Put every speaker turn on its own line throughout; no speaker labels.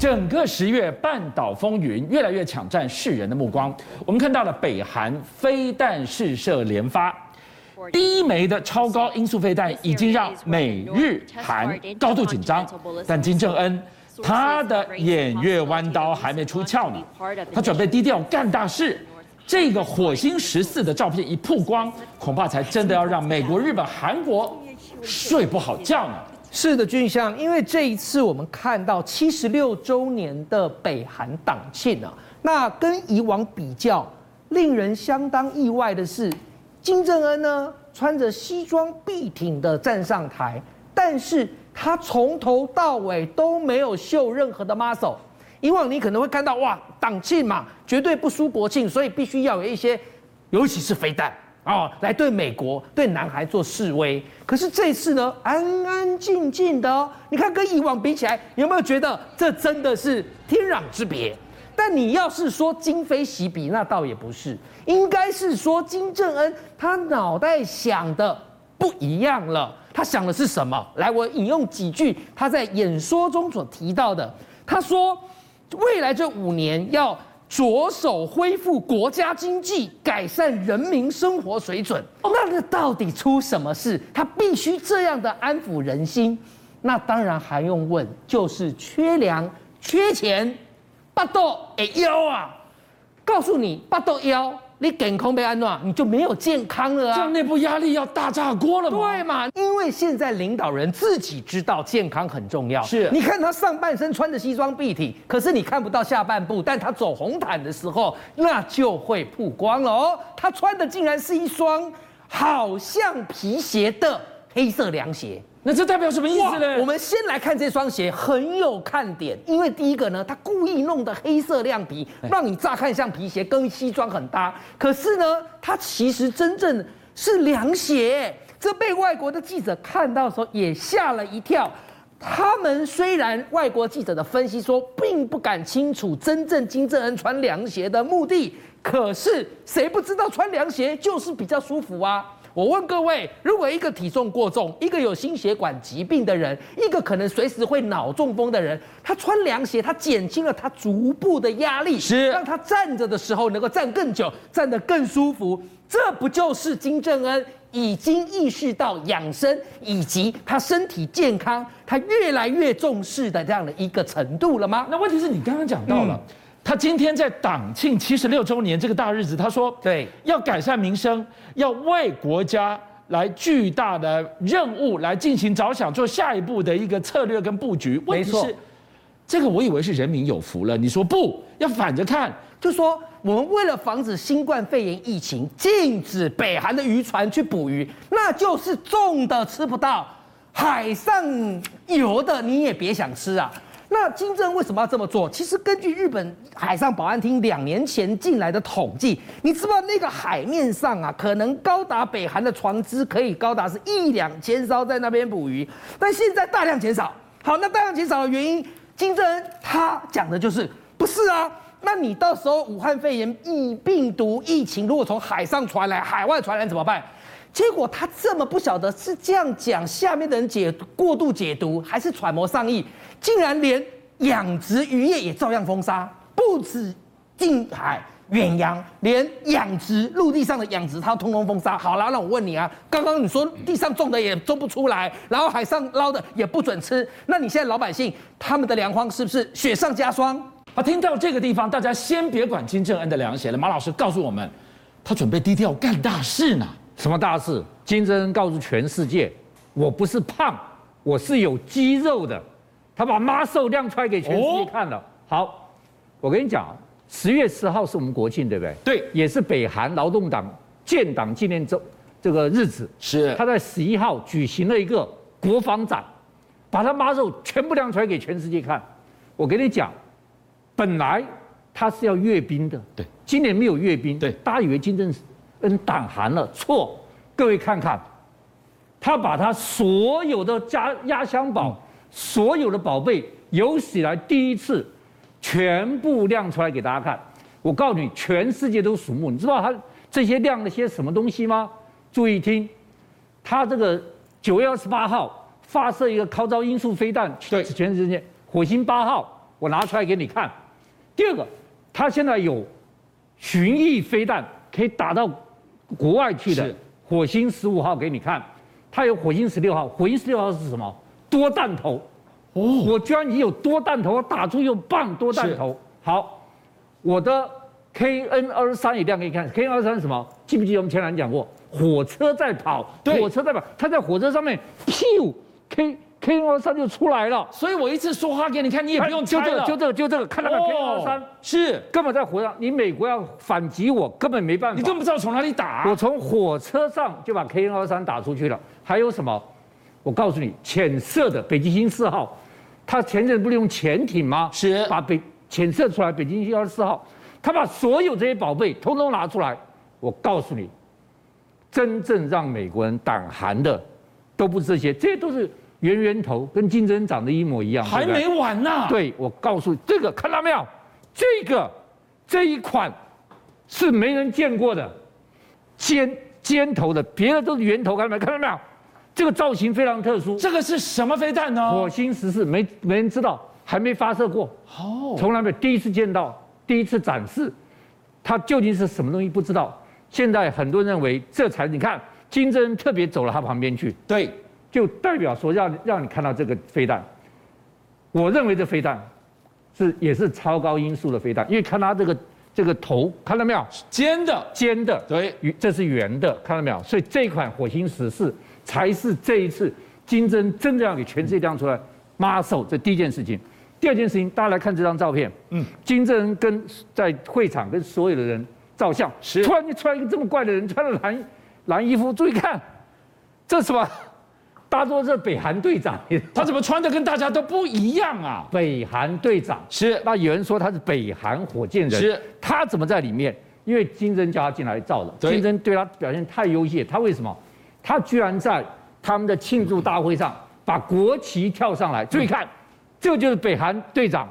整个十月，半岛风云越来越抢占世人的目光。我们看到了北韩飞弹试射连发，第一枚的超高音速飞弹已经让美日韩高度紧张，但金正恩他的偃月弯刀还没出鞘呢，他准备低调干大事。这个火星十四的照片一曝光，恐怕才真的要让美国、日本、韩国睡不好觉呢。
是的，俊相，因为这一次我们看到七十六周年的北韩党庆啊，那跟以往比较，令人相当意外的是，金正恩呢穿着西装笔挺的站上台，但是他从头到尾都没有秀任何的 muscle。以往你可能会看到哇，党庆嘛，绝对不输国庆，所以必须要有一些，尤其是飞弹哦，来对美国、对南韩做示威。可是这次呢，安安静静的、哦，你看跟以往比起来，有没有觉得这真的是天壤之别？但你要是说今非昔比，那倒也不是，应该是说金正恩他脑袋想的不一样了。他想的是什么？来，我引用几句他在演说中所提到的，他说。未来这五年要着手恢复国家经济，改善人民生活水准。那这到底出什么事？他必须这样的安抚人心。那当然还用问，就是缺粮、缺钱，巴豆哎腰啊！告诉你，巴豆腰，你健康被安暖，你就没有健康了
这
啊
样！内部压力要大炸锅了嘛？
对嘛？因为现在领导人自己知道健康很重要。
是
你看他上半身穿着西装笔挺，可是你看不到下半部，但他走红毯的时候，那就会曝光了哦。他穿的竟然是一双好像皮鞋的黑色凉鞋。
那这代表什么意思呢？
我们先来看这双鞋，很有看点，因为第一个呢，它故意弄得黑色亮皮，
哎
让你乍看像皮鞋，跟西装很搭。可是呢，它其实真正是凉鞋，这被外国的记者看到的时候也吓了一跳。他们虽然外国记者的分析说，并不敢清楚真正金正恩穿凉鞋的目的，可是谁不知道穿凉鞋就是比较舒服啊？我问各位，如果一个体重过重、一个有心血管疾病的人、一个可能随时会脑中风的人，他穿凉鞋，他减轻了他足部的压力，
是
让他站着的时候能够站更久，站得更舒服。这不就是金正恩已经意识到养生以及他身体健康，他越来越重视的这样的一个程度了吗？
那问题是你刚刚讲到了，他今天在党庆七十六周年这个大日子，他说
对
要改善民生，要为国家来巨大的任务来进行着想，做下一步的一个策略跟布局。问题
没错
是，这个我以为是人民有福了，你说不要反着看，
就说我们为了防止新冠肺炎疫情，禁止北韩的渔船去捕鱼，那就是重的吃不到，海上游的你也别想吃啊。那金正恩为什么要这么做？其实根据日本海上保安厅两年前进来的统计，你知道那个海面上啊，可能高达北韩的船只可以高达是一两千艘在那边捕鱼，但现在大量减少。好，那大量减少的原因，金正恩他讲的就是不是啊？那你到时候武汉肺炎疫病毒疫情如果从海上传来、海外传染怎么办？结果他这么不晓得是这样讲，下面的人解过度解读还是揣摩上意，竟然连养殖渔业也照样封杀，不止近海、远洋，连养殖陆地上的养殖，它通通封杀。好啦，那我问你啊，刚刚你说地上种的也种不出来，然后海上捞的也不准吃，那你现在老百姓他们的粮荒是不是雪上加霜？
啊，听到这个地方，大家先别管金正恩的凉鞋了。马老师告诉我们，他准备低调干大事呢。
什么大事？金正恩告诉全世界，我不是胖，我是有肌肉的。他把 muscle 亮出来给全
哦
世界看了。好，我跟你讲啊，十月十号是我们国庆，对不对？
对
也是北韩劳动党建党纪念周这个日子。
是
他在十一号举行了一个国防展，把他 muscle 全部亮出来给全世界看。我跟你讲，本来他是要阅兵的，
对，
今年没有阅兵，
对
大家以为金正恩胆寒了，错，各位看看，他把他所有的家压箱宝、
嗯
所有的宝贝，有史以来第一次全部亮出来给大家看。我告诉你，全世界都瞩目。你知道他这些亮了些什么东西吗？注意听，他这个九月二十八号发射一个高超音速飞弹，
对
全世界，火星八号我拿出来给你看。第二个，它现在有巡弋飞弹，可以打到国外去的
是
火星十五号给你看，它有火星十六号，火星十六号是什么？多弹头。
哦，
我居然也有多弹头，打出有棒多弹头。好，我的 KN 二三一定要给你看，KN 二三是什么？记不记得我们前两天讲过，火车在跑，
对
火车在跑，它在火车上面，咻，K KN 二三就出来了。
所以我一次说话给你看，你也不用
就
猜
这个，
了，
就这个，就这个，看那个 KN 二三
哦，是
根本在火车上，你美国要反击我，根本没办法。
你根本不知道从哪里
我
打，
从火车上就把 KN 二三打出去了。还有什么？我告诉你，浅色的北极星四号，它前阵不是用潜艇吗？
是
把北浅色出来，北极星二十四号，他把所有这些宝贝通通拿出来。我告诉你，真正让美国人胆寒的，都不是这些，这些都是圆圆头，跟金针长得一模一样。
还
对不对
没完呢。，
对，我告诉你这个看到没有？这个这一款是没人见过的，尖尖头的，别的都是圆头，看到没有？看到没有？这个造型非常特殊，
这哦个是什么飞弹呢
火？星十四没没人知道，还没发射过，
哦，
从来没有第一次见到，第一次展示，它究竟是什么东西不知道。现在很多人认为这才你看，金正恩特别走到他旁边去，
对，
就代表说让让你看到这个飞弹。我认为这飞弹是也是超高音速的飞弹，因为看它这个这个头，看到没有，
尖的，
尖的，
对，
圆这是圆的，看到没有？所以这款火星十四才是这一次金针真正要给全世界亮出来 muscle，这第一件事情。第二件事情，大家来看这张照片，嗯，金正恩跟在会场跟所有的人照相，
是
突然就出来一个这么怪的人，穿了蓝蓝衣服，注意看，这是什么？大多是北韩队长，
他怎么穿的跟大家都不一样啊？
北韩队长
是
那有人说他是北韩火箭人，
是
他怎么在里面？因为金正恩叫他进来造的，
对
金正恩对他表现太优异，他为什么？他居然在他们的庆祝大会上把国旗跳上
嗯
来，注意看，这就是北韩队长，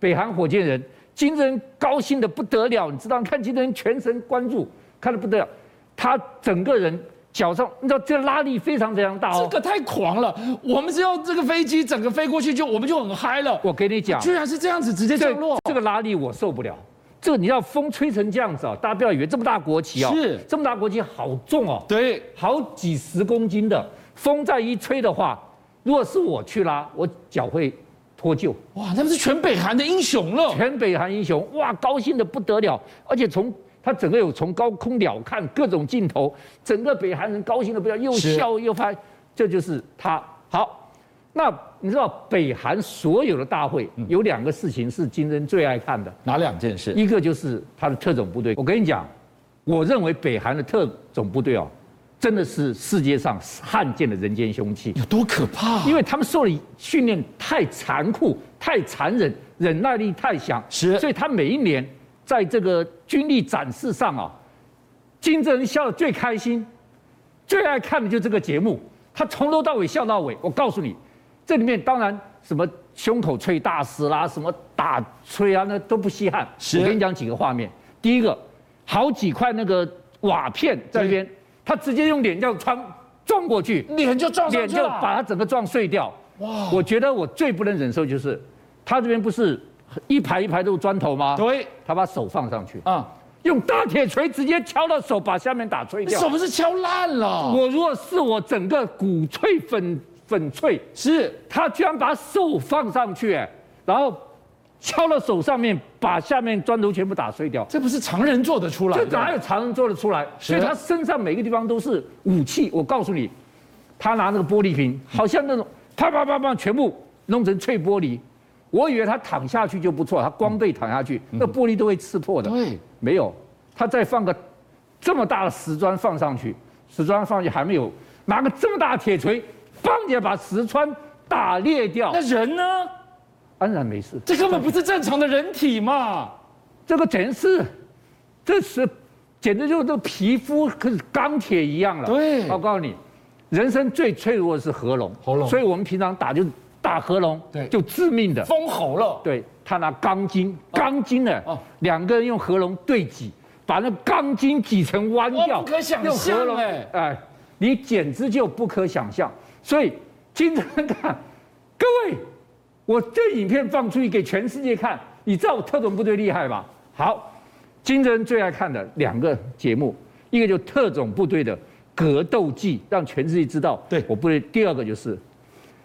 北韩火箭人金正恩高兴的不得了，你知道？你看金正恩全神贯注，看的不得了，他整个人脚上，你知道这拉力非常非常大
这
哦。
个太狂了！我们只要这个飞机整个飞过去就，我们就很嗨了。
我给你讲，
居然是这样子直接
这
降落，
这个拉力我受不了。这个你要风吹成这样子啊，大家不要以为这么大国旗哦，
是
这么大国旗好重哦，
对，
好几十公斤的，风再一吹的话，如果是我去拉，我脚会脱臼。
哇，他们是全北韩的英雄了。
全北韩英雄哇，高兴的不得了，而且从他整个有从高空鸟看各种镜头，整个北韩人高兴的不得了，又
是
笑又拍，这就是他。好，那你知道北韩所有的大会
嗯
有两个事情是金正恩最爱看的，
哪两件事？
一个就是他的特种部队。我跟你讲，我认为北韩的特种部队哦，真的是世界上罕见的人间凶器，
有多可怕、啊
因为他们受的训练太残酷、太残忍，忍耐力太强，
是
所以他每一年在这个军力展示上啊，金正恩笑得最开心，最爱看的就是这个节目，他从头到尾笑到尾。我告诉你，这里面当然什么胸口吹大石啦，什么打吹啊，那都不稀罕。
是
我跟你讲几个画面，第一个，好几块那个瓦片在那边，他直接用脸这样穿撞过去，
脸就撞上
脸
去
就把
了。
它整个撞碎掉。
哇
哇！我觉得我最不能忍受就是，他这边不是一排一排都是砖头吗？
对，
他把手放上去，
啊、
用大铁锤直接敲到手，把下面打碎
你
掉。
手不是敲烂了？
我如果是我整个骨脆粉粉碎，
是
他居然把手放上去，哎然后敲到手上面，把下面砖头全部打碎掉。
这不是常人做得出来
这
的。
哪有常人做得出来？
是
所以他身上每个地方都是武器。我告诉你，他拿那个玻
嗯
璃瓶，好像那种啪啪啪啪，全部弄成碎玻璃。我以为他躺下去就不错，他光背躺下去，那玻璃都会刺破的。
嗯对，
没有，他再放个这么大的石砖放上去，石砖放上去还没有，拿个这么大的铁锤，棒也把石砖打裂掉
那，人呢？
安然没事。
这根本不是正常的人体嘛！
这个真是，这是简直就是这个皮肤跟钢铁一样了。
对
我告诉你，人生最脆弱的是合拢，
喉咙
所以我们平常打就是打合拢，
对
就致命的。
封喉了，
对他拿钢筋，钢筋呢
哦，
两个人用合拢对挤，把那钢筋挤成弯
哇
掉，
哦不可想象
用合拢
哎
哎，你简直就不可想象。所以今天看，各位，我这影片放出去给全世界看，你知道我特种部队厉害吧？好，金正恩最爱看的两个节目，一个就特种部队的格斗技，让全世界知道。
对
我部队。第二个就是，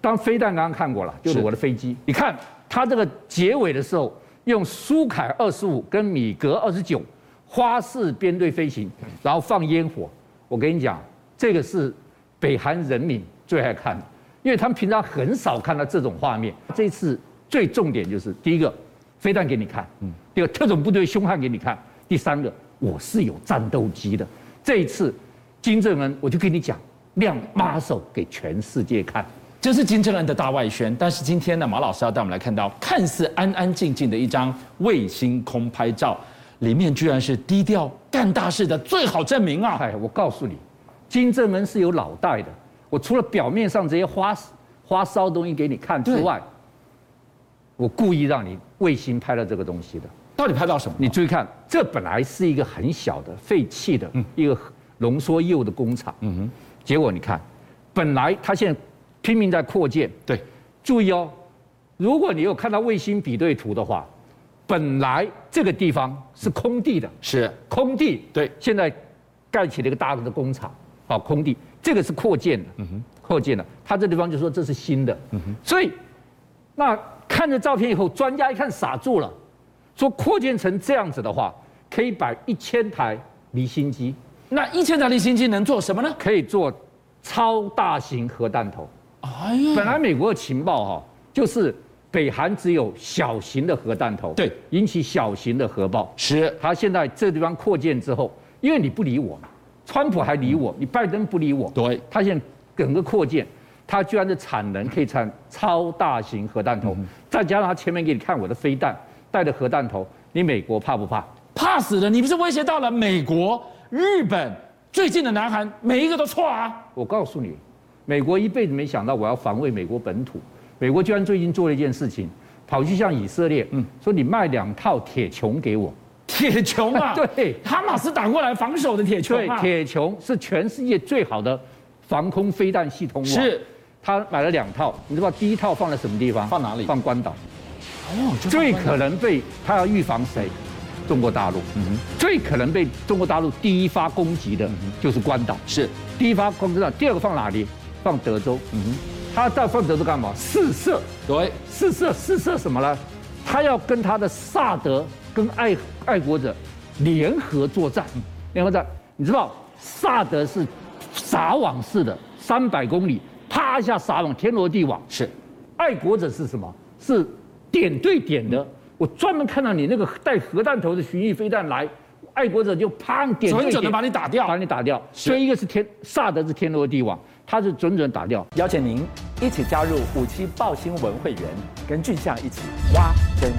当飞弹刚刚看过了，就是
是
我的飞机。你看他这个结尾的时候，用苏凯二十五跟米格二十九花式编队飞行，然后放烟火。我跟你讲，这个是北韩人民最爱看的，因为他们平常很少看到这种画面。这次最重点就是第一个，飞弹给你看；第二个，特种部队凶悍给你看；第三个，我是有战斗机的。这一次，金正恩我就跟你讲，亮马手给全世界看。
这是金正恩的大外宣，但是今天呢，马老师要带我们来看到看似安安静静的一张卫星空拍照，里面居然是低调干大事的最好证明啊！
哎，我告诉你，金正恩是有脑袋的。我除了表面上这些花花哨东西给你看之外，我故意让你卫星拍到这个东西的。
到底拍到什么？
你注意看，这本来是一个很小的废弃的
嗯
一个浓缩铀的工厂。嗯哼，结果你看，本来它现在拼命在扩建。
对，
注意哦，如果你有看到卫星比对图的话，本来这个地方是空地的，
是
空地
对
现在盖起了一个大的工厂，啊，空地，这个是扩建的，
嗯
扩建的，他这地方就说这是新的，所以那看着照片以后，专家一看傻住了，说扩建成这样子的话，可以摆一千台离心机，
那一千台离心机能做什么呢？
可以做超大型核弹头。
哎呀，
本来美国的情报哈、就是北韩只有小型的核弹头，
对
引起小型的核爆，
是
他现在这地方扩建之后，因为你不理我嘛，川普还理我，你拜登不理我，
嗯对
他现在整个扩建，他居然的产能可以产超大型核弹头，
嗯
再加上他前面给你看我的飞弹带的核弹头，你美国怕不怕？
怕死的，你不是威胁到了美国、日本最近的南韩，每一个都错啊！
我告诉你，美国一辈子没想到我要防卫美国本土，美国居然最近做了一件事情，跑去向以色列，
嗯
说你卖两套铁穹给我，
铁穹 啊，
对
哈马斯打过来防守的铁
对
穹，啊，
铁穹是全世界最好的防空飞弹系统网。
是，
他买了两套，你知道第一套放在什么地方？
放哪里
放关岛。
哦，就
最可能被他要预防谁？中国大陆。
嗯
最可能被中国大陆第一发攻击的就是关岛。
是
第一发攻击到，第二个放哪里？放德州。他到放德州干嘛？试射，
嗯对，
试射，试射什么呢？他要跟他的萨德跟爱爱国者联合作战，联合作战。你知道萨德是撒网式的，三百公里，啪一下撒网，天罗地网。
是
爱国者是什么？是点对点
嗯
的。我专门看到你那个带核弹头的巡弋飞弹来，爱国者就啪点对
准
点，
准的把你打掉
把。你打掉。
是
所以一个是天萨德是天罗地网，他是准准打掉。
邀请您一起加入五七报新闻会员，跟俊相一起挖真